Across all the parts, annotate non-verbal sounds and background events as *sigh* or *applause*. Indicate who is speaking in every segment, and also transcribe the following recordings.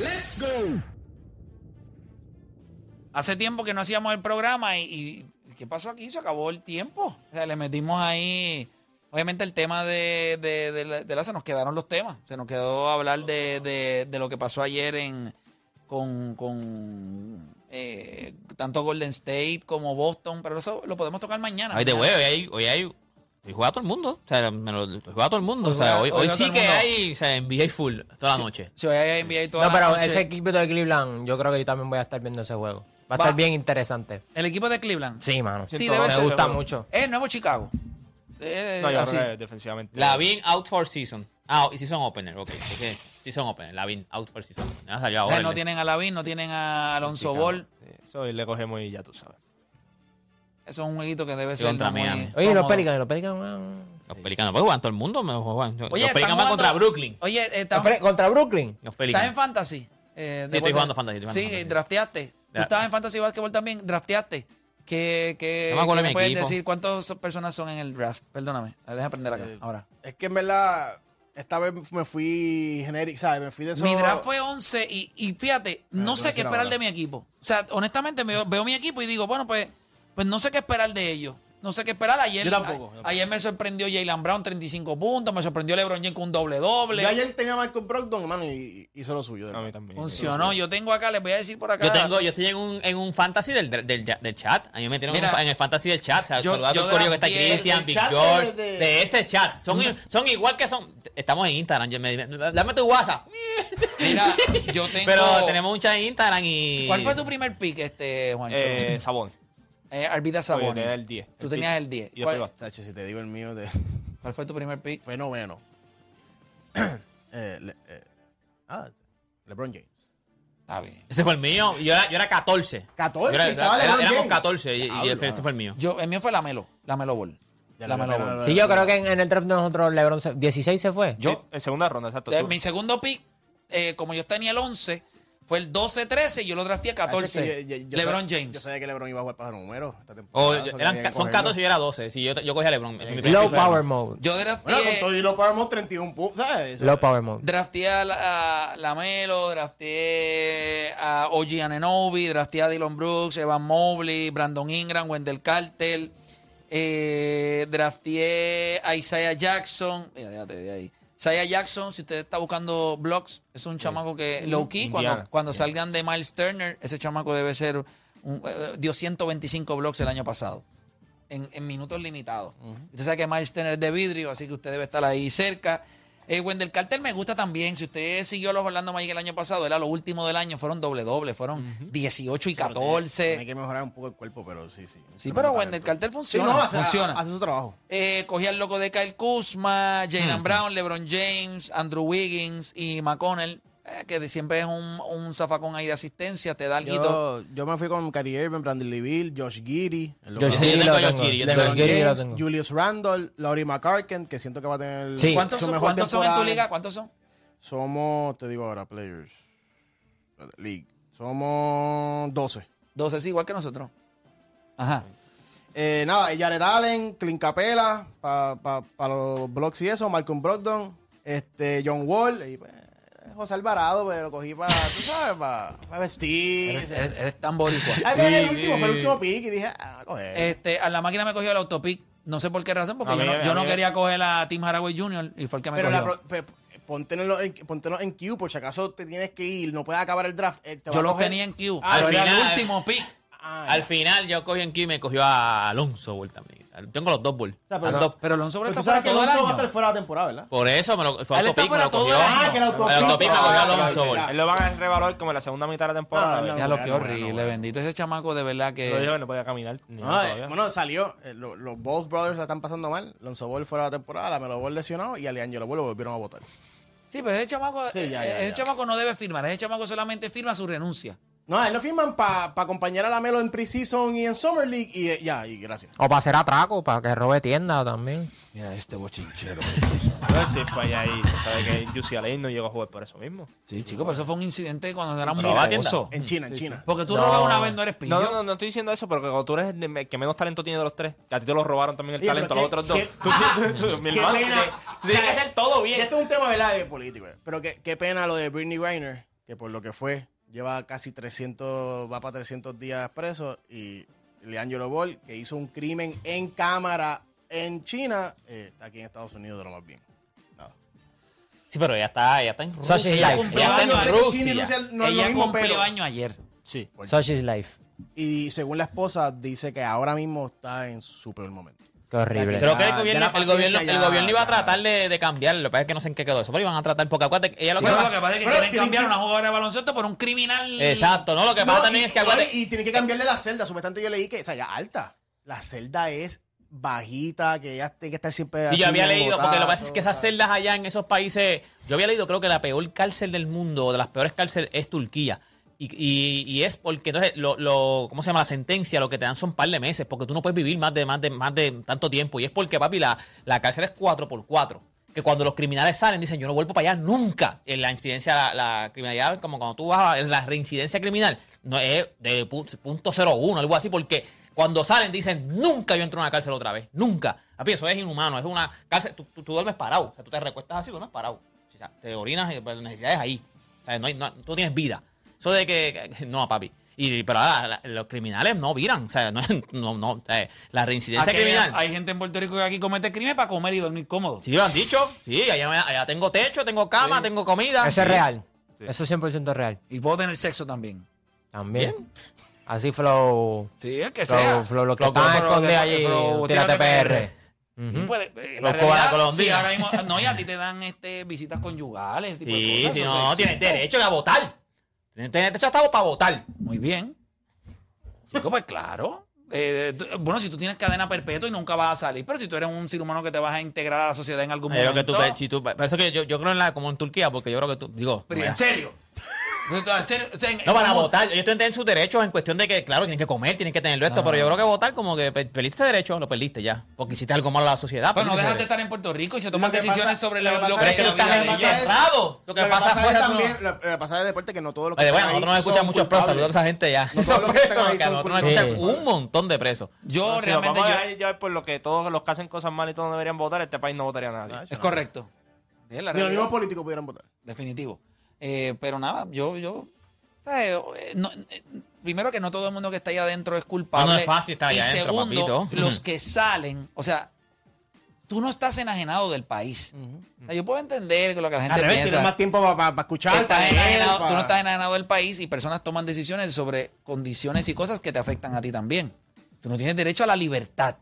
Speaker 1: Let's go.
Speaker 2: Hace tiempo que no hacíamos el programa y, y ¿qué pasó aquí? Se acabó el tiempo. O sea, le metimos ahí, obviamente el tema de, de, de la, de la- se nos quedaron los temas. Se nos quedó hablar de, de- de lo que pasó ayer en con, con eh, tanto Golden State como Boston, pero eso lo podemos tocar mañana.
Speaker 3: Ay, de
Speaker 2: Mañana.
Speaker 3: huevo, hoy hay, hoy hay, hoy juega todo el mundo. O sea, me lo, hoy juega todo el mundo.
Speaker 2: Hoy
Speaker 3: o sea,
Speaker 2: juega-
Speaker 3: hoy,
Speaker 2: hoy
Speaker 3: hoy
Speaker 2: juega
Speaker 3: sí
Speaker 2: todo el
Speaker 3: que
Speaker 2: mundo.
Speaker 3: hay, o sea, NBA full toda la noche.
Speaker 2: Si hoy hay NBA toda
Speaker 4: No,
Speaker 2: la
Speaker 4: pero
Speaker 2: noche.
Speaker 4: ese equipo de Cleveland, yo creo que yo también voy a estar viendo ese juego. Va a
Speaker 2: Va.
Speaker 4: estar bien interesante.
Speaker 2: el equipo de Cleveland.
Speaker 4: Sí, mano.
Speaker 2: Sí, debe
Speaker 4: me
Speaker 2: ser.
Speaker 4: gusta mucho.
Speaker 2: Es el nuevo Chicago. Eh,
Speaker 1: No, yo
Speaker 2: así.
Speaker 1: creo que defensivamente.
Speaker 3: La Vin out for season. Ah, y season opener, ok. Es que season opener, la Vin out for season. opener. Ha salido
Speaker 2: O sea,
Speaker 3: ahora.
Speaker 2: no tienen a Lavín, no tienen a Alonso
Speaker 1: Chicago.
Speaker 2: Ball.
Speaker 1: Sí, Eso hoy le cogemos y ya tú sabes.
Speaker 2: Eso es un jueguito que debe
Speaker 3: Y
Speaker 2: ser.
Speaker 3: contra
Speaker 2: no muy
Speaker 3: Miami.
Speaker 4: Oye, los
Speaker 2: cómodo.
Speaker 4: Pelicans, los Pelicans. ah,
Speaker 3: Los Pelicanos, pues juegan todo el mundo. me- juegan. Los
Speaker 2: Oye,
Speaker 3: Pelicanos
Speaker 2: están
Speaker 3: van contra
Speaker 2: jugando-
Speaker 3: Brooklyn.
Speaker 2: Oye, eh,
Speaker 4: los
Speaker 2: estamos-
Speaker 4: Pel- Contra Brooklyn.
Speaker 3: Los
Speaker 2: ¿estás en
Speaker 3: Pelicanos.
Speaker 2: fantasy? Eh,
Speaker 3: Sí, estoy jugando fantasy, estoy jugando
Speaker 2: Sí,
Speaker 3: fantasy.
Speaker 2: drafteaste. Tú
Speaker 3: Ya.
Speaker 2: estabas en fantasy basketball también, drafteaste. ¿Qué, qué,
Speaker 3: No me
Speaker 2: qué
Speaker 3: acuerdo de mi
Speaker 2: puedes
Speaker 3: equipo.
Speaker 2: decir? ¿Cuántas personas son en el draft? Perdóname, eh, déjame aprender acá, ahora.
Speaker 5: Es que en verdad, esta vez me fui genérico, ¿sabes? Me fui de eso.
Speaker 2: Mi draft fue 11 y, y fíjate, no
Speaker 5: tú
Speaker 2: sé
Speaker 5: vas a
Speaker 2: qué
Speaker 5: decir
Speaker 2: esperar
Speaker 5: ahora.
Speaker 2: de mi equipo. O sea, honestamente me- veo mi equipo y digo, bueno, pues, pues no sé qué esperar de ellos. No sé qué esperar. Ayer,
Speaker 5: Yo tampoco, yo tampoco.
Speaker 2: ayer me sorprendió Jalen Brown, 35 puntos. Me sorprendió LeBron James con un doble-doble.
Speaker 5: Yo ayer tenía a Michael Brogdon, hermano, y y hizo lo suyo. de
Speaker 1: A mí
Speaker 5: verdad.
Speaker 1: también.
Speaker 2: Funcionó. Yo tengo acá, les voy a decir por acá.
Speaker 3: Yo tengo, yo estoy en un, en un fantasy del, del, del, del chat. A mí me metieron en
Speaker 2: Mira,
Speaker 3: un fa- en el fantasy del chat. O sea,
Speaker 2: yo-
Speaker 3: saludar a todo
Speaker 2: yo Mm.
Speaker 3: el corillo que está
Speaker 2: drafteé
Speaker 3: Cristian,
Speaker 5: el
Speaker 3: Big
Speaker 5: chat de-
Speaker 3: George.
Speaker 5: de-
Speaker 3: De ese chat. Son, son igual que son. Estamos en Instagram. yo me- me- dame tu WhatsApp.
Speaker 2: Mira, yo tengo.
Speaker 3: Pero tenemos un chat en Instagram y.
Speaker 2: ¿Cuál fue tu primer pick, este, Juancho? Eh,
Speaker 1: Eh, Sabón.
Speaker 2: Arbita Sabonis.
Speaker 1: tenía el 10.
Speaker 2: Tú
Speaker 1: El
Speaker 2: tenías
Speaker 1: pick.
Speaker 2: el 10.
Speaker 1: Y yo
Speaker 2: ¿Cuál,
Speaker 1: tengo-
Speaker 5: Tacho, si te digo el mío, te- *laughs*
Speaker 2: cuál fue tu primer pick?
Speaker 5: fue noveno. *clears throat* Eh, le- eh, ah, LeBron James.
Speaker 2: Está bien.
Speaker 3: Ese fue el mío. Yo era, yo era 14.
Speaker 5: 14,
Speaker 3: Yo era-
Speaker 5: estaba
Speaker 3: era-
Speaker 5: LeBron
Speaker 3: éramos
Speaker 5: James.
Speaker 3: 14 y, y
Speaker 5: Diablo,
Speaker 3: ese
Speaker 5: mano.
Speaker 3: fue el mío.
Speaker 2: Yo, el mío fue la Melo. La Melo Ball.
Speaker 5: Ya
Speaker 2: La
Speaker 5: le-
Speaker 2: Melo
Speaker 5: la- la-
Speaker 2: Ball.
Speaker 5: la-
Speaker 4: Sí, yo creo que en, en el draft de nosotros LeBron se- 16 se fue.
Speaker 2: Yo,
Speaker 1: En segunda ronda, exacto.
Speaker 2: Eh,
Speaker 1: tú.
Speaker 2: mi segundo pick, eh, como yo tenía el 11, fue el 12-13 y yo lo drafté a
Speaker 5: Tacho, es que
Speaker 2: 14.
Speaker 5: Ah, yo- yo- yo
Speaker 2: LeBron
Speaker 5: sabía- Yo
Speaker 2: James.
Speaker 5: sabía que LeBron iba a jugar para los números. esta
Speaker 3: O,
Speaker 5: temporada, eso
Speaker 3: Oh, eran
Speaker 5: había
Speaker 3: ca-
Speaker 5: que
Speaker 3: son
Speaker 5: cogerlo.
Speaker 3: 14 y yo era 12. Sí, yo, yo cogía a LeBron. Ese es mi primer
Speaker 4: Low
Speaker 3: pick, LeBron.
Speaker 4: power mode.
Speaker 2: Yo
Speaker 5: Bueno, con todo
Speaker 2: drafté,
Speaker 5: y lo pagamos 31 puntos, ¿sabes?
Speaker 4: Low power mode.
Speaker 2: drafté a, la, a Lamelo, drafté a OG Ananobi, drafté a Dylan Brooks, Evan Mobley, Brandon Ingram, Wendell Carter, eh, drafté a Isaiah Jackson. Mira, déjate de ahí. Isaiah Jackson, si usted está buscando blogs, es un chamaco que low key, cuando,
Speaker 1: Indiana.
Speaker 2: cuando salgan de Miles Turner, ese chamaco debe ser, un- eh, dio 125 blogs el año pasado. en, en minutos limitados. Usted sabe que Miles Turner es de vidrio, así que usted debe estar ahí cerca. Eh, Wendell Carter me gusta también. Si usted siguió a los Orlando Magic el año pasado, era lo último del año, fueron doble-doble, fueron 18 y
Speaker 5: Pero tiene-
Speaker 2: 14.
Speaker 5: Tiene que mejorar un poco el cuerpo, pero sí, sí.
Speaker 2: Sí, pero Wendell
Speaker 5: Wendell
Speaker 2: Carter funciona. funciona.
Speaker 5: Hace su trabajo.
Speaker 2: Eh, cogí al loco de Kyle Kuzma, Jalen Brown, LeBron James, Andrew Wiggins y McConnell, eh, que de- siempre es un, un zafacón ahí de asistencia, te da algo.
Speaker 5: Yo, yo me fui con Kyrie Irving, Brandon Leville, Josh Giri,
Speaker 4: Josh
Speaker 3: Yo
Speaker 4: Giddy
Speaker 3: tengo
Speaker 4: lo
Speaker 3: a Josh
Speaker 4: tengo.
Speaker 3: Giddy, yo tengo a
Speaker 4: Josh
Speaker 3: Josh
Speaker 4: Giddy lo tengo.
Speaker 5: Julius Randall, Laurie McCarken, que siento que va a tener
Speaker 4: Sí.
Speaker 2: ¿Cuántos,
Speaker 5: su
Speaker 2: son,
Speaker 5: mejor
Speaker 2: ¿cuántos son en tu
Speaker 5: temporada.
Speaker 2: liga? ¿Cuántos son?
Speaker 5: Somos, te digo ahora, players. League. Somos 12.
Speaker 2: 12, sí, igual que nosotros. Ajá.
Speaker 5: Eh, nada, Jared Allen, Clint Capela, para los blocks y eso, Malcolm Brogdon, este, John Wall, y pues, José Alvarado, pero lo cogí para, tú sabes, para vestir.
Speaker 2: Eres, eres- eres tan boricua.
Speaker 5: Ay, fue el último, fue el último pick y dije, ah, coger.
Speaker 2: Este, a la máquina me cogió el autopic. No sé por qué razón, porque
Speaker 1: A
Speaker 2: yo,
Speaker 1: mí-
Speaker 2: no,
Speaker 1: a
Speaker 2: yo
Speaker 1: mí-
Speaker 2: no quería coger a Tim Haraway Jr. y fue el que me
Speaker 5: pero la,
Speaker 2: cogió.
Speaker 5: pro- pe- póntenlo en, póntenlo en queue, por si acaso te tienes que ir, no puedes acabar el draft. eh, te va
Speaker 2: yo
Speaker 5: a
Speaker 2: los
Speaker 5: coger-
Speaker 2: tenía en Q.
Speaker 3: al
Speaker 2: pero era el
Speaker 3: final-
Speaker 2: último pick.
Speaker 5: Ah, ya.
Speaker 3: Al final yo cogí en Kim y me cogió a Alonso Ball también. Tengo los dos Ball.
Speaker 5: sea,
Speaker 3: Los
Speaker 5: no-
Speaker 3: dos.
Speaker 2: Pero Lonzo Ball
Speaker 5: Pero
Speaker 2: está
Speaker 5: Pues
Speaker 2: fuera
Speaker 5: tú sabes que
Speaker 2: todo el
Speaker 5: Alonso va a
Speaker 2: año.
Speaker 5: estar
Speaker 2: Pues,
Speaker 5: fuera de la temporada, ¿verdad?
Speaker 3: Por eso me lo fue
Speaker 2: Él está
Speaker 3: autopick, me
Speaker 2: fuera
Speaker 3: lo
Speaker 2: todo
Speaker 3: cogió.
Speaker 2: el año.
Speaker 5: Ah, que el autopick.
Speaker 3: El autopick me cogió
Speaker 5: Ah,
Speaker 3: Alonso
Speaker 5: sí,
Speaker 3: Ball.
Speaker 5: sí,
Speaker 1: Él lo van a revalar como en la segunda mitad de la temporada.
Speaker 5: Ah, no,
Speaker 1: ¿verdad?
Speaker 2: Ya lo
Speaker 5: Bueno,
Speaker 2: que
Speaker 5: bueno,
Speaker 2: horrible,
Speaker 5: bueno.
Speaker 2: bendito ese chamaco, de verdad
Speaker 1: Lo dijo
Speaker 2: que.
Speaker 1: que no podía caminar. ni
Speaker 5: No,
Speaker 1: nada
Speaker 5: eh,
Speaker 1: todavía.
Speaker 5: bueno, salió. eh, lo- los Boss Brothers la están pasando mal. Lonzo Ball fuera de la temporada, la Melo Ball lesionado y a Leangelo Ball lo volvieron a votar.
Speaker 2: Sí, pero ese chamaco,
Speaker 5: Sí, ya, ya,
Speaker 2: ese
Speaker 5: ya.
Speaker 2: chamaco no debe firmar. Ese chamaco solamente firma su renuncia.
Speaker 5: No, él lo firman para acompañar a la Melo en preseason y en Summer League y eh, ya, y gracias.
Speaker 4: O para hacer atraco, para que robe tienda también.
Speaker 1: Mira este bochinchero. No sé si falla ahí. Tú sabes que Jussi Allen no llegó a jugar por eso mismo.
Speaker 2: Sí, chico, pero eso fue un incidente cuando éramos
Speaker 3: China,
Speaker 2: un
Speaker 3: tienda.
Speaker 2: oso.
Speaker 5: En China, en China.
Speaker 2: Porque tú
Speaker 4: No.
Speaker 2: robas una vez, no eres pillo.
Speaker 1: No, no, no, no estoy diciendo eso, pero que cuando tú eres el de- que menos talento tiene de los tres. Que a ti te lo robaron también el
Speaker 5: Oye,
Speaker 1: talento, los
Speaker 5: pero
Speaker 1: otros
Speaker 5: qué-
Speaker 1: dos. Tú, *laughs* tú- tú- mi
Speaker 5: Qué
Speaker 1: hermano,
Speaker 5: pena.
Speaker 1: tú- tú tienes que hacer todo
Speaker 5: Y
Speaker 1: bien.
Speaker 5: este es un tema, ¿verdad? de político, eh, pero qué, qué pena lo de Britney Reiner. que por lo que fue, lleva casi 300, va para 300 días preso, y Leangelo Ball, que hizo un crimen en cámara en China, eh, está aquí en Estados Unidos de lo más bien. Nada.
Speaker 3: Sí, pero ella está, ella está en Rusia.
Speaker 4: Sausage
Speaker 3: Ella
Speaker 4: Life.
Speaker 3: está
Speaker 5: Yo sé
Speaker 3: en
Speaker 5: que China y Rusia
Speaker 3: Rusia.
Speaker 5: no es lo
Speaker 2: Ella
Speaker 5: mismo,
Speaker 2: cumplió
Speaker 5: pero-
Speaker 2: año ayer.
Speaker 1: Sí.
Speaker 4: Such is life.
Speaker 5: Y según la esposa, dice que ahora mismo está en su peor momento.
Speaker 4: Qué horrible.
Speaker 5: Pero-
Speaker 3: Creo que el
Speaker 5: Ya,
Speaker 3: gobierno,
Speaker 5: ya la
Speaker 3: el gobierno,
Speaker 5: paciencia
Speaker 3: el
Speaker 5: ya-
Speaker 3: gobierno iba a
Speaker 5: ya.
Speaker 3: tratar de, de cambiarlo. Lo que pasa es que no sé en qué quedó eso, pero iban a tratar. Porque acuérdate, que ella lo
Speaker 2: Sí,
Speaker 3: que
Speaker 2: pero
Speaker 3: va-
Speaker 2: lo que pasa es que
Speaker 5: pero
Speaker 2: quieren
Speaker 5: tienen
Speaker 2: cambiar
Speaker 5: que-
Speaker 2: una jugadora de baloncesto por un criminal.
Speaker 3: Exacto, ¿no? Lo que pasa
Speaker 5: No,
Speaker 3: también
Speaker 5: y,
Speaker 3: es que
Speaker 5: no,
Speaker 3: acuérdate.
Speaker 5: y tiene que cambiarle la celda. Supuestamente yo leí que, o sea, ya alta. La celda es bajita, que ella tiene que estar siempre.
Speaker 3: Sí, yo había leído, porque lo que
Speaker 5: vas
Speaker 3: pasa es que esas celdas allá en esos países, yo había leído, creo que la peor cárcel del mundo, o de las peores cárceles, es Turquía. Y, y- y es porque entonces, lo, lo- ¿cómo se llama? La sentencia, lo que te dan son un par de meses, porque tú no puedes vivir más de, más de, más de tanto tiempo. Y es porque, papi, la, la cárcel es 4x4. Que cuando los criminales salen, dicen, yo no vuelvo para allá nunca. En la incidencia, la, la criminalidad, como cuando tú vas a la reincidencia criminal, no es de pu- punto 01, algo así, porque cuando salen dicen, nunca yo entro a una cárcel otra vez, nunca. Papi, eso es inhumano, es una cárcel, tú, tú- tú duermes parado, o sea, tú te recuestas así, duermes parado. O sea, te orinas, eh, pues, necesidades ahí. O sea, no, hay- no- tú tienes vida. Eso de que, que- no, papi. Y, pero ah, la- los criminales no viran, o sea, no, *laughs* no, no, o sea, la reincidencia
Speaker 2: Aquí hay-
Speaker 3: criminal.
Speaker 2: Hay gente en Puerto Rico que aquí comete crimen para comer y dormir cómodo.
Speaker 3: Sí, lo han dicho, sí, allá, me- allá tengo techo, tengo cama, tengo comida.
Speaker 4: Eso es
Speaker 3: Sí.
Speaker 4: real. Eso es 100% real.
Speaker 2: Y puedo tener sexo también.
Speaker 4: También. Así flow.
Speaker 2: Sí, es que sea.
Speaker 4: Flow, flow, los que
Speaker 2: Flow,
Speaker 4: están
Speaker 2: flow, flow,
Speaker 4: escondidos allí.
Speaker 2: flow,
Speaker 4: Tírate PR.
Speaker 2: Y pues, eh,
Speaker 3: Los
Speaker 2: la realidad,
Speaker 3: cobra Colombia.
Speaker 2: sí, ahora mismo- no, y a ti te dan este, visitas conyugales, ese tipo de
Speaker 3: Sí,
Speaker 2: cosas,
Speaker 3: sí,
Speaker 2: eso
Speaker 3: no,
Speaker 2: sí
Speaker 3: tienes
Speaker 2: existe.
Speaker 3: derecho a votar. Tienes tienes derecho hasta para votar.
Speaker 2: Muy bien. Chico, pues claro. Eh, tú- bueno, si tú tienes cadena perpetua y nunca vas a salir, pero si tú eres un ser humano que te vas a integrar a la sociedad en algún
Speaker 3: Yo creo que
Speaker 2: momento.
Speaker 3: tú, si tú- por eso que yo, yo creo en la, como en Turquía, porque yo creo que tú, digo,
Speaker 2: Pero
Speaker 3: mira,
Speaker 2: en
Speaker 3: *laughs*
Speaker 2: serio. en serio, o sea, en-
Speaker 3: no van a
Speaker 2: como-
Speaker 3: votar, ellos tienen sus derechos en cuestión de que, claro, tienen que comer, tienen que tenerlo esto, pero yo creo que votar como que pe- perdiste ese derecho, lo perdiste ya, porque hiciste algo malo a la sociedad.
Speaker 2: Bueno, dejas
Speaker 3: perdiste ese
Speaker 2: de
Speaker 3: derecho.
Speaker 2: estar en Puerto Rico y se toman
Speaker 5: que pasa-
Speaker 2: decisiones sobre
Speaker 5: lo
Speaker 2: lo,
Speaker 5: que
Speaker 2: lo
Speaker 5: pasa
Speaker 3: Pero
Speaker 2: que
Speaker 3: es que tú
Speaker 2: la
Speaker 3: estás
Speaker 2: vida de
Speaker 5: pasa
Speaker 2: ella.
Speaker 5: es-
Speaker 3: encerrado, lo que pasa
Speaker 5: es
Speaker 3: afuera tú no-
Speaker 5: también, lo, lo que pasa es deporte que no todos los que
Speaker 3: Oye,
Speaker 5: están
Speaker 3: bueno,
Speaker 5: ahí
Speaker 3: nosotros no
Speaker 5: son
Speaker 3: escuchan muchos presos, saludos a esa
Speaker 5: culpables.
Speaker 3: gente ya.
Speaker 5: No
Speaker 3: Esos
Speaker 5: todos los que están
Speaker 3: presos,
Speaker 5: ahí
Speaker 3: que
Speaker 5: son
Speaker 3: nosotros nos
Speaker 5: culpables.
Speaker 3: escuchan un montón de presos.
Speaker 2: Yo
Speaker 1: No, si nos
Speaker 2: realmente.
Speaker 1: vamos
Speaker 2: yo-
Speaker 1: a ir ya por lo que todos los que hacen cosas mal y todos no deberían votar, este país no votaría a nadie.
Speaker 5: Ah,
Speaker 2: es correcto. Es la
Speaker 5: Ni los
Speaker 2: realidad.
Speaker 5: mismos políticos pudieran votar.
Speaker 2: definitivo. Eh, pero nada, yo, yo, ¿sabes? Eh, no, eh, primero que no todo el mundo que está ahí adentro es culpable.
Speaker 3: No, no es fácil estar
Speaker 2: y
Speaker 3: allá adentro,
Speaker 2: segundo,
Speaker 3: papito.
Speaker 2: los que salen, o sea, tú no estás enajenado del país. O sea, yo puedo entender lo que la gente
Speaker 5: Al revés,
Speaker 2: piensa.
Speaker 5: tienes más tiempo para escuchar.
Speaker 2: Estás
Speaker 5: pa' leer,
Speaker 2: enajenado-
Speaker 5: pa-
Speaker 2: Tú no estás enajenado del país y personas toman decisiones sobre condiciones y cosas que te afectan a ti también. Tú no tienes derecho a la libertad.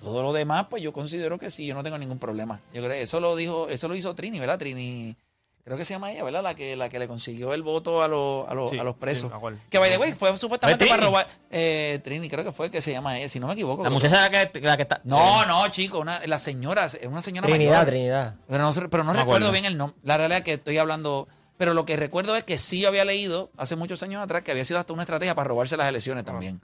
Speaker 2: Todo lo demás, pues yo considero que sí, yo no tengo ningún problema. Yo creo eso lo dijo, eso lo hizo Trini, ¿verdad? Trini, creo que se llama ella, ¿verdad? La que, la que le consiguió el voto a, los- a, los-
Speaker 1: Sí,
Speaker 2: a los presos.
Speaker 1: sí, me acuerdo.
Speaker 2: que by the way, fue supuestamente
Speaker 3: ¿Fue
Speaker 2: para
Speaker 3: Trini?
Speaker 2: robar. eh, Trini, creo que fue que se llama ella, si no me equivoco.
Speaker 3: La
Speaker 2: creo.
Speaker 3: muchacha la que, la que está...
Speaker 2: No, no, chico, una, la señora, es una señora
Speaker 4: Trinidad,
Speaker 2: mayor.
Speaker 4: Trinidad.
Speaker 2: Pero no, pero no
Speaker 3: Me acuerdo.
Speaker 2: recuerdo bien el nombre. La realidad es que estoy hablando. Pero lo que recuerdo es que sí yo había leído hace muchos años atrás que había sido hasta una estrategia para robarse las elecciones
Speaker 3: Ah,
Speaker 2: también.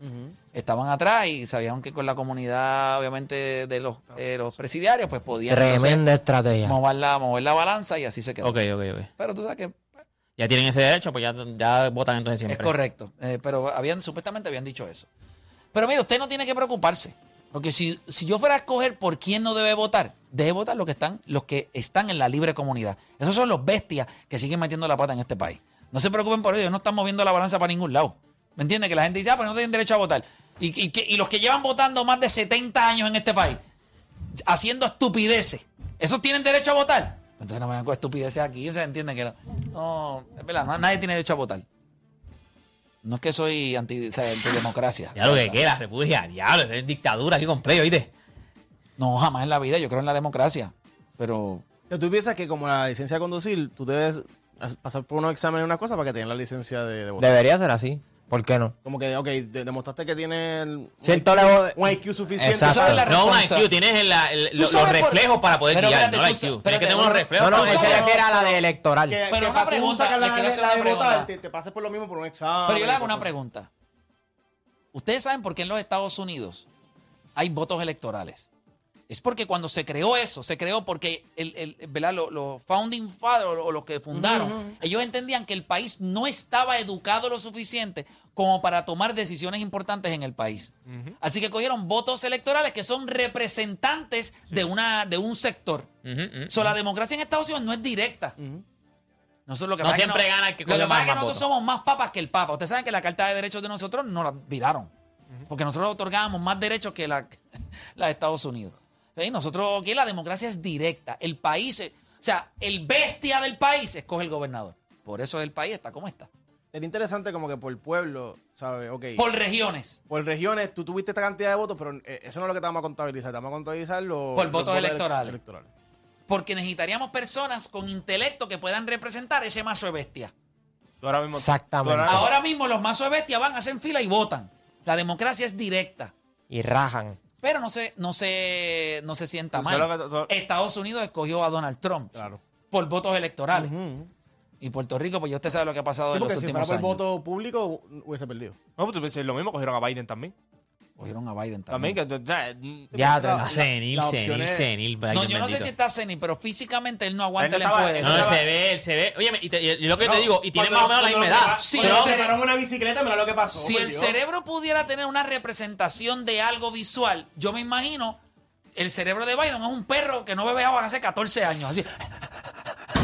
Speaker 2: Estaban atrás y sabían que con la comunidad, obviamente, de los, eh, los presidiarios, pues podían entonces,
Speaker 4: Tremenda estrategia.
Speaker 2: mover, la, mover la balanza y así se quedó.
Speaker 3: Ok, ok, ok.
Speaker 2: Pero tú sabes que pues,
Speaker 3: Ya tienen ese derecho, pues ya, ya votan entonces siempre.
Speaker 2: es correcto. Eh, pero habían supuestamente habían dicho eso. Pero mire, usted no tiene que preocuparse. Porque si, si yo fuera a escoger por quién no debe votar, debe votar los que están, los que están en la libre comunidad. Esos son los bestias que siguen metiendo la pata en este país. No se preocupen por ellos, no están moviendo la balanza para ningún lado. ¿Me entiende? Que la gente dice, ah, pero no tienen derecho a votar. Y, y que- y los que llevan votando más de 70 años en este país, haciendo estupideces, ¿esos tienen derecho a votar? Entonces no me hagan con estupideces aquí, o sea, entienden que no. No, es verdad, no- nadie tiene derecho a votar. No es que soy anti, o sea, antidemocracia.
Speaker 3: Ya lo que quieras, repudia, diablo, es dictadura aquí con play, ¿oíste?
Speaker 2: No, jamás en la vida. Yo creo en la democracia. Pero
Speaker 5: Pero tú piensas que como la licencia de conducir, tú debes as- pasar por unos exámenes y una cosa para que tengas la licencia de, de votar.
Speaker 4: Debería ser así. ¿Por qué no?
Speaker 5: Como que, ok, de- demostraste que tienes un,
Speaker 4: Cierto
Speaker 5: IQ
Speaker 4: level-
Speaker 5: un IQ suficiente.
Speaker 4: Exacto.
Speaker 5: ¿sabes?
Speaker 2: La
Speaker 3: No, un
Speaker 2: responsa-
Speaker 3: IQ, tienes el- la- el- los, los
Speaker 2: sabes por-
Speaker 3: reflejos para poder
Speaker 2: Pero
Speaker 3: guiar,
Speaker 2: espérate,
Speaker 3: no el
Speaker 2: tú
Speaker 3: IQ.
Speaker 2: sa-
Speaker 3: Tienes
Speaker 2: espérate,
Speaker 3: que tener unos
Speaker 2: no, no.
Speaker 3: reflejos
Speaker 4: No, no,
Speaker 3: para
Speaker 4: esa
Speaker 3: poder
Speaker 2: sabes-
Speaker 4: ya
Speaker 3: guiar.
Speaker 4: que era la de electoral.
Speaker 5: Que-
Speaker 2: Pero
Speaker 5: que
Speaker 2: una
Speaker 5: para tú
Speaker 2: pregunta,
Speaker 5: sacar
Speaker 2: le
Speaker 5: la,
Speaker 2: quiero hacer
Speaker 5: la de
Speaker 2: una
Speaker 5: votar,
Speaker 2: pregunta.
Speaker 5: te, te pases por lo mismo Ah, por un examen.
Speaker 2: Pero yo le hago una
Speaker 5: cosas.
Speaker 2: pregunta. Ustedes saben por qué en los Estados Unidos hay votos electorales. Es porque cuando se creó eso, se creó porque el, el- ¿verdad? Lo- los founding fathers o lo- o los que fundaron, ellos entendían que el país no estaba educado lo suficiente como para tomar decisiones importantes en el país. Así que cogieron votos electorales que son representantes de, una, de un sector.
Speaker 3: Ujú, ujú.
Speaker 2: So, la democracia en Estados Unidos no es directa. Nosotros lo que
Speaker 3: No
Speaker 2: pasa es que
Speaker 3: siempre gana el que
Speaker 2: lo que
Speaker 3: coge
Speaker 2: pasa
Speaker 3: más-
Speaker 2: es que
Speaker 3: más
Speaker 2: nosotros
Speaker 3: votos.
Speaker 2: somos más papas que el papa. Ustedes saben que la Carta de Derechos de nosotros no la viraron. Porque nosotros otorgábamos más derechos que la, *laughs* la de Estados Unidos. ¿Sí? Nosotros, que la democracia es directa. El país, es- o sea, el bestia del país escoge el gobernador. Por eso el país está como está.
Speaker 5: Era interesante como que por pueblo, ¿sabes? Ok.
Speaker 2: Por regiones.
Speaker 5: Por regiones, tú tuviste esta cantidad de votos, pero eh, eso no es lo que te vamos a contabilizar. Te vamos a contabilizar los.
Speaker 2: Por
Speaker 5: los
Speaker 2: votos electorales.
Speaker 5: electorales.
Speaker 2: Porque necesitaríamos personas con intelecto que puedan representar ese mazo de bestia.
Speaker 1: Tú ahora mismo-
Speaker 4: Exactamente.
Speaker 1: tú ahora-
Speaker 2: Ahora mismo los mazos de bestia van, hacen fila y votan. La democracia es directa.
Speaker 4: Y rajan.
Speaker 2: Pero no se, no se, no se sienta
Speaker 5: Pues
Speaker 1: Tú sabes
Speaker 2: mal.
Speaker 1: lo que- tú-
Speaker 2: Estados Unidos escogió a Donald Trump
Speaker 5: Claro.
Speaker 2: por votos electorales. Y Puerto Rico, pues ya usted sabe lo que ha pasado
Speaker 5: Sí,
Speaker 2: en los
Speaker 5: porque si fuera
Speaker 2: últimos
Speaker 5: por
Speaker 2: años.
Speaker 5: voto público, hubiese perdido.
Speaker 1: No, pues tú piensas, lo mismo cogieron a Biden también.
Speaker 2: Cogieron a Biden
Speaker 1: También, que
Speaker 2: también.
Speaker 1: o sea, mm,
Speaker 4: Ya,
Speaker 5: La- la-
Speaker 3: senil,
Speaker 5: la opción
Speaker 3: senil,
Speaker 5: es-
Speaker 3: senil. Biden,
Speaker 2: No, yo no sé
Speaker 3: bendito.
Speaker 2: si está Senni, pero físicamente él no aguanta
Speaker 1: Él
Speaker 2: el
Speaker 1: no estaba-
Speaker 2: empujo.
Speaker 3: No, él
Speaker 1: estaba-
Speaker 3: se ve, él se ve. Oye, y, te- y lo que
Speaker 5: No,
Speaker 3: te digo, y tiene
Speaker 5: cuando
Speaker 3: más o menos
Speaker 5: lo-
Speaker 3: la
Speaker 5: cuando
Speaker 3: misma
Speaker 5: lo-
Speaker 3: edad.
Speaker 2: sí,
Speaker 5: cuando
Speaker 2: pero-
Speaker 5: le separaron una bicicleta, mira lo que pasó.
Speaker 2: Si
Speaker 5: por
Speaker 2: el
Speaker 5: Dios.
Speaker 2: cerebro pudiera tener una representación de algo visual, yo me imagino el cerebro de Biden es un perro que no bebe agua hace 14 años. Así, *laughs*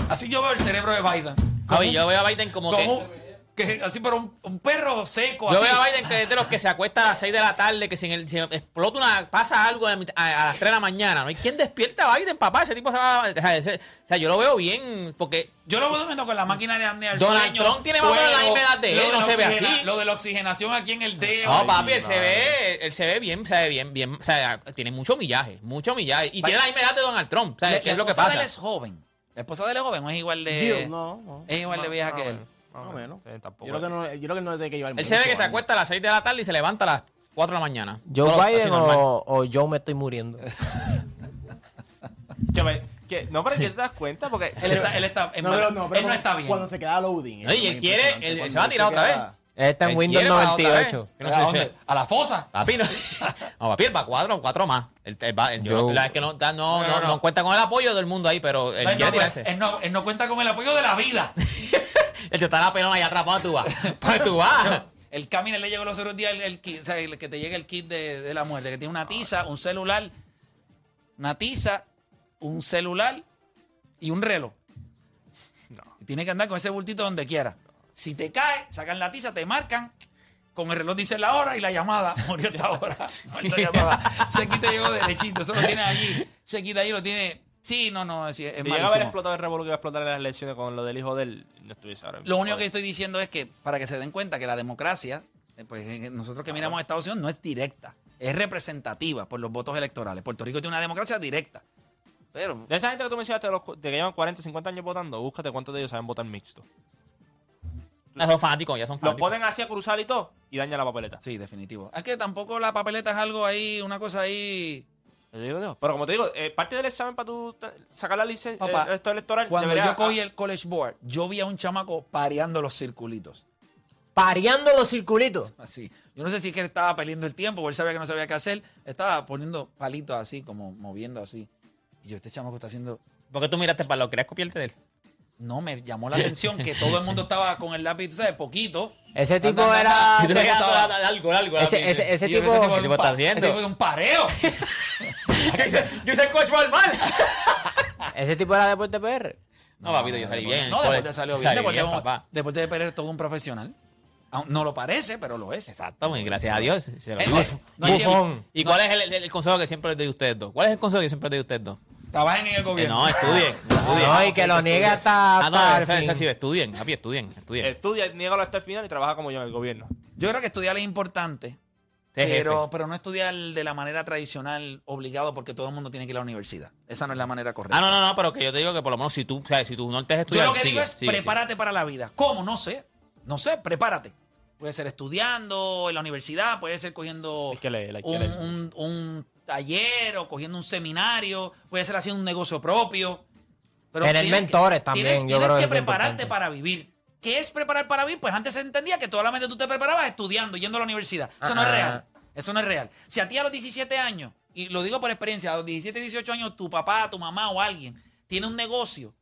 Speaker 2: así yo veo el cerebro de Biden.
Speaker 3: Javi, yo veo a Biden como que.
Speaker 2: Como un- que- así, pero un, un perro seco.
Speaker 3: Yo
Speaker 2: así.
Speaker 3: veo a Biden que es de los que se acuesta a las 6 de la tarde, que si, en el- si explota una. pasa algo a, a- a las 3 de la mañana. No hay quien despierta a Biden, papá. Ese tipo se va. O sea, ese- o sea, yo lo veo bien, porque.
Speaker 2: Yo lo veo durmiendo con la máquina de Andy
Speaker 3: Donald Trump tiene más o menos la misma edad de él, no se ve así.
Speaker 2: Lo de la oxigenación aquí en el dedo.
Speaker 3: No,
Speaker 1: Ay,
Speaker 3: papi, él se
Speaker 1: madre.
Speaker 3: ve, él se ve bien, se ve bien, bien, o sea, tiene mucho millaje, mucho millaje. Y tiene la misma edad de Donald Trump, o sea,
Speaker 2: La-
Speaker 3: es
Speaker 2: la
Speaker 3: lo que
Speaker 2: esposa de
Speaker 3: pasa.
Speaker 2: él es joven. La esposa de él es joven o es igual de.
Speaker 5: Dios, no, no.
Speaker 2: Es igual de vieja que él. Ah,
Speaker 5: Más o menos.
Speaker 1: Ah, Sí, tampoco
Speaker 5: Yo creo que
Speaker 1: es-
Speaker 5: no, yo creo que no es de que llevar
Speaker 3: Él se ve que
Speaker 5: mucho,
Speaker 3: se
Speaker 5: ¿vale?
Speaker 3: acuesta a las 6 de la tarde y se levanta a las 4 de la mañana.
Speaker 4: ¿Joe
Speaker 3: Todo así
Speaker 4: Biden
Speaker 3: normal.
Speaker 4: o, o yo me estoy muriendo?
Speaker 1: Que me- que- no, pero que
Speaker 2: *laughs*
Speaker 1: te das cuenta, porque
Speaker 2: Él está, él está- en
Speaker 5: No,
Speaker 2: verdad,
Speaker 5: pero no,
Speaker 2: él
Speaker 5: pero
Speaker 2: no está bien.
Speaker 5: Cuando se queda loading.
Speaker 3: No, y él quiere, él- él se va a tirar otra vez.
Speaker 4: Él está en
Speaker 3: Él
Speaker 4: Windows
Speaker 3: quiere para otra
Speaker 4: 98.
Speaker 3: vez. Que no
Speaker 2: ¿A
Speaker 3: se-
Speaker 2: dónde?
Speaker 3: se-
Speaker 2: A la fosa.
Speaker 3: Papi, no. *laughs* no, papi, él va cuatro, cuatro más. Él, él va, él- yo,
Speaker 4: Yo-
Speaker 3: la verdad es que no, da- no,
Speaker 1: No,
Speaker 3: no,
Speaker 1: no, no.
Speaker 3: no cuenta con el apoyo del mundo ahí, pero él
Speaker 2: Él
Speaker 3: quiere
Speaker 2: no, pues, eh.
Speaker 3: tirarse.
Speaker 2: él no- él no cuenta con el apoyo de la vida.
Speaker 3: Él te está la pelona ahí atrapado, tú vas. Pues tú vas.
Speaker 2: El camino le llegó los otros días el, el kit, o sea, el que te llega el kit de, de la muerte, que tiene una tiza, un celular, una tiza, un celular y un reloj. Y Tiene que andar con ese bultito donde quiera. Si te cae, sacan la tiza, te marcan. Con el reloj dice la hora y la llamada. *laughs* Murió esta hora. Muerto ya estaba. Ese kit te llegó derechito. Eso lo tiene allí. Ese kit ahí lo tiene. Sí, no, no. Es, es
Speaker 1: si llegaba a haber
Speaker 2: malísimo.
Speaker 1: explotado el revuelo que iba a explotar en las elecciones con lo del hijo del no estuviese ahora. mismo.
Speaker 2: Lo único que
Speaker 1: Joder.
Speaker 2: estoy diciendo es que para que se den cuenta que la democracia, eh, pues eh, nosotros que miramos a Estados Unidos no es directa, es representativa por los votos electorales. Puerto Rico tiene una democracia directa. Pero
Speaker 1: De esa gente que tú mencionaste, de los cu- de que llevan 40, 50 años votando, búscate cuántos de ellos saben votar mixto.
Speaker 3: Ya son fanáticos, ya son
Speaker 1: Los
Speaker 3: fanáticos.
Speaker 1: ponen así a cruzar y todo y dañan la papeleta.
Speaker 2: sí, definitivo. Es que tampoco la papeleta es algo ahí, una cosa ahí.
Speaker 1: Yo digo, Dios. Pero como te digo, eh, parte del examen para tú ta- sacar la licencia
Speaker 2: Papá,
Speaker 1: Eh, esto electoral. ah,
Speaker 2: Cuando
Speaker 1: debería-
Speaker 2: yo cogí el College Board, yo vi a un chamaco pareando los circulitos.
Speaker 4: Pareando los circulitos.
Speaker 2: Así. Yo no sé si es que él estaba perdiendo el tiempo, o él sabía que no sabía qué hacer. Estaba poniendo palitos así, como moviendo así. Y yo, este chamaco está haciendo
Speaker 3: ¿Por qué tú miraste para lo que copiarte de él?
Speaker 2: No, me llamó la atención que todo el mundo estaba con el lápiz, tú sabes, poquito.
Speaker 4: Ese
Speaker 2: Tan,
Speaker 4: tipo
Speaker 2: tan, tan,
Speaker 4: era-
Speaker 2: tan.
Speaker 3: Y tú le
Speaker 2: Yo
Speaker 3: quedas
Speaker 2: estaba-
Speaker 3: a- a- algo, algo.
Speaker 4: Ese-
Speaker 3: algo,
Speaker 4: ese-
Speaker 3: dice.
Speaker 4: ese
Speaker 2: y yo,
Speaker 4: tipo-
Speaker 2: este
Speaker 4: ¿qué
Speaker 2: es
Speaker 4: tipo
Speaker 2: un
Speaker 4: está
Speaker 2: pa-
Speaker 4: haciendo?
Speaker 2: este
Speaker 3: *laughs*
Speaker 2: tipo es un pareo.
Speaker 3: Yo hice el coach ball mal.
Speaker 4: *laughs* Ese tipo era Deporte PR.
Speaker 3: No, papito, yo salí bien.
Speaker 2: No,
Speaker 3: Cole-
Speaker 2: deporte salió bien.
Speaker 3: salí
Speaker 2: Deporte,
Speaker 3: bien, papá.
Speaker 2: Deporte de Pérez es todo un profesional. Aun- No lo parece, pero lo es.
Speaker 3: Exacto, muy gracias a Dios. se lo
Speaker 2: Eh,
Speaker 3: digo.
Speaker 2: eh, no hay
Speaker 4: Bufón.
Speaker 3: ¿Y cuál es el, el- el consejo que siempre les doy a ustedes dos? ¿Cuál es el consejo que siempre les doy a ustedes dos?
Speaker 2: Trabajen en el
Speaker 3: Que
Speaker 2: gobierno.
Speaker 3: no,
Speaker 4: Eh,
Speaker 2: *laughs*
Speaker 3: estudien. estudien.
Speaker 4: No, y que lo niegue hasta,
Speaker 3: Ah, no,
Speaker 4: hasta el
Speaker 3: esa, esa
Speaker 4: fin.
Speaker 3: sí, estudien, papi, estudien, estudien.
Speaker 2: Eh,
Speaker 1: Estudia, niégalo hasta el final y trabaja como yo en el gobierno.
Speaker 2: Yo creo que estudiar es importante,
Speaker 3: Sé jefe.
Speaker 2: pero, pero no estudiar de la manera tradicional, obligado, porque todo el mundo tiene que ir a la universidad. Esa no es la manera correcta.
Speaker 3: Ah, no, no, no, pero que yo te digo que por lo menos si tú, o sea, si tú no te has
Speaker 2: Yo
Speaker 3: estudiado,
Speaker 2: lo que digo
Speaker 3: sigue,
Speaker 2: es
Speaker 3: sigue, sigue.
Speaker 2: prepárate para la vida. ¿Cómo? No sé. No sé, prepárate. Puede ser estudiando en la universidad, puede ser cogiendo
Speaker 1: Hay que leer, hay que
Speaker 2: un,
Speaker 1: leer.
Speaker 2: un- un taller o cogiendo un seminario, puede ser haciendo un negocio propio.
Speaker 4: Tener
Speaker 2: tienes
Speaker 4: mentores
Speaker 2: que-
Speaker 4: también,
Speaker 2: Tienes,
Speaker 4: yo
Speaker 2: tienes
Speaker 4: creo que
Speaker 2: que
Speaker 4: es bien
Speaker 2: prepararte
Speaker 4: importante.
Speaker 2: para vivir. ¿Qué es preparar para vivir? Pues antes se entendía que solamente tú te preparabas estudiando, yendo a la universidad. Eso no es
Speaker 4: Ah.
Speaker 2: real. Eso no es real. Si a ti a los 17 años, y lo digo por experiencia, a los 17, 18 años, tu papá, tu mamá o alguien tiene un negocio,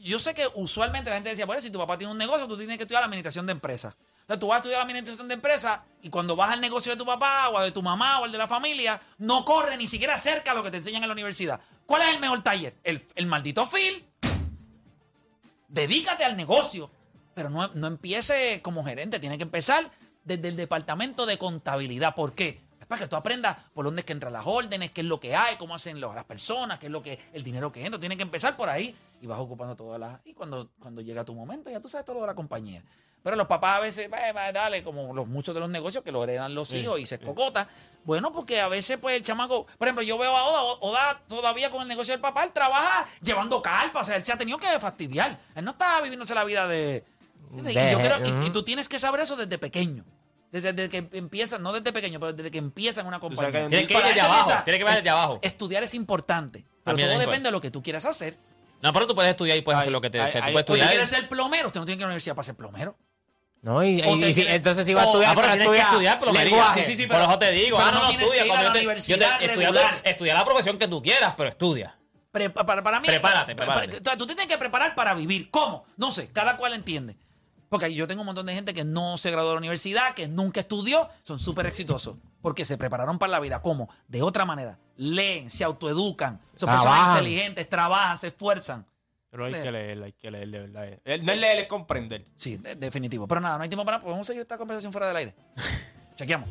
Speaker 2: yo sé que usualmente la gente decía, bueno, si tu papá tiene un negocio, tú tienes que estudiar la administración de empresas. Entonces tú vas a estudiar la administración de empresas y cuando vas al negocio de tu papá o de tu mamá o el de la familia, no corre ni siquiera cerca a lo que te enseñan en la universidad. ¿Cuál es el mejor taller? El, el maldito Phil. Dedícate al negocio. Pero no, no empiece como gerente, tiene que empezar desde el departamento de contabilidad. ¿Por qué? Es para que tú aprendas por dónde es que entran las órdenes, qué es lo que hay, cómo hacen lo- las personas, qué es lo que el dinero que entra. Tiene que empezar por ahí y vas ocupando todas las. Y cuando, cuando llega tu momento, ya tú sabes todo lo de la compañía. Pero los papás a veces, "Bah, bah, dale, como los, muchos de los negocios que lo heredan los hijos y se escocota. Bueno, porque a veces, pues el chamaco, por ejemplo, yo veo a Oda, O- Oda todavía con el negocio del papá, él trabaja llevando carpa, o sea, él se ha tenido que fastidiar. Él no está viviéndose la vida de.
Speaker 4: De-
Speaker 2: y yo creo- y-
Speaker 4: ujú.
Speaker 2: y tú tienes que saber eso desde pequeño. Desde, desde que empiezan, no desde pequeño, pero desde que empiezan una
Speaker 1: sabes
Speaker 2: compañía.
Speaker 1: que hay un
Speaker 3: Tiene que ir
Speaker 2: Para
Speaker 3: desde
Speaker 2: la gente
Speaker 3: abajo,
Speaker 2: empieza-
Speaker 3: tiene que ver desde abajo.
Speaker 2: Estudiar es importante, pero
Speaker 3: También
Speaker 2: todo
Speaker 3: es
Speaker 2: depende de lo que tú quieras hacer.
Speaker 3: No, pero tú puedes estudiar y puedes
Speaker 1: Ay,
Speaker 3: hacer lo que te...
Speaker 1: ay,
Speaker 3: o sea, tú
Speaker 1: ay,
Speaker 3: puedes
Speaker 2: Tú
Speaker 1: Estudiar-
Speaker 2: quieres
Speaker 3: estudiar...
Speaker 2: ser plomero, usted no tiene que ir a la universidad para ser plomero.
Speaker 4: No, y,
Speaker 2: O
Speaker 4: y-
Speaker 2: te
Speaker 4: y si-
Speaker 2: quieres-
Speaker 4: entonces si va a
Speaker 2: o-
Speaker 4: estudiar,
Speaker 3: Ah, pero
Speaker 4: para
Speaker 3: tienes que
Speaker 4: estudiar
Speaker 3: estudiar plomería.
Speaker 4: lenguaje.
Speaker 2: Sí, sí, sí,
Speaker 3: por
Speaker 2: pero-
Speaker 3: eso te digo.
Speaker 2: pero
Speaker 3: ah, no,
Speaker 2: no
Speaker 3: no,
Speaker 2: tienes
Speaker 3: estudia.
Speaker 2: que ir a
Speaker 3: como
Speaker 2: la
Speaker 3: yo te- yo te-
Speaker 2: universidad
Speaker 3: estudiar, la,
Speaker 2: regular.
Speaker 3: estudiar la profesión que tú quieras, pero estudia.
Speaker 2: Pre- pa- para, para mí.
Speaker 3: Prepárate,
Speaker 2: pa-
Speaker 3: prepárate.
Speaker 2: pa- tú te tienes que preparar para vivir. ¿Cómo? No sé, cada cual entiende. Porque yo tengo un montón de gente que no se graduó de la universidad, que nunca estudió, son súper exitosos. Porque se prepararon para la vida. ¿Cómo? De otra manera. Leen, se autoeducan, son personas
Speaker 4: Trabajan.
Speaker 2: inteligentes, trabajan, se esfuerzan.
Speaker 1: Pero hay que leer, hay que leer, de verdad. eh. El- No es leer, es comprender.
Speaker 3: *laughs*
Speaker 2: Sí, de- definitivo. Pero nada, no hay tiempo para nada. Podemos seguir esta conversación fuera del aire. Chequeamos.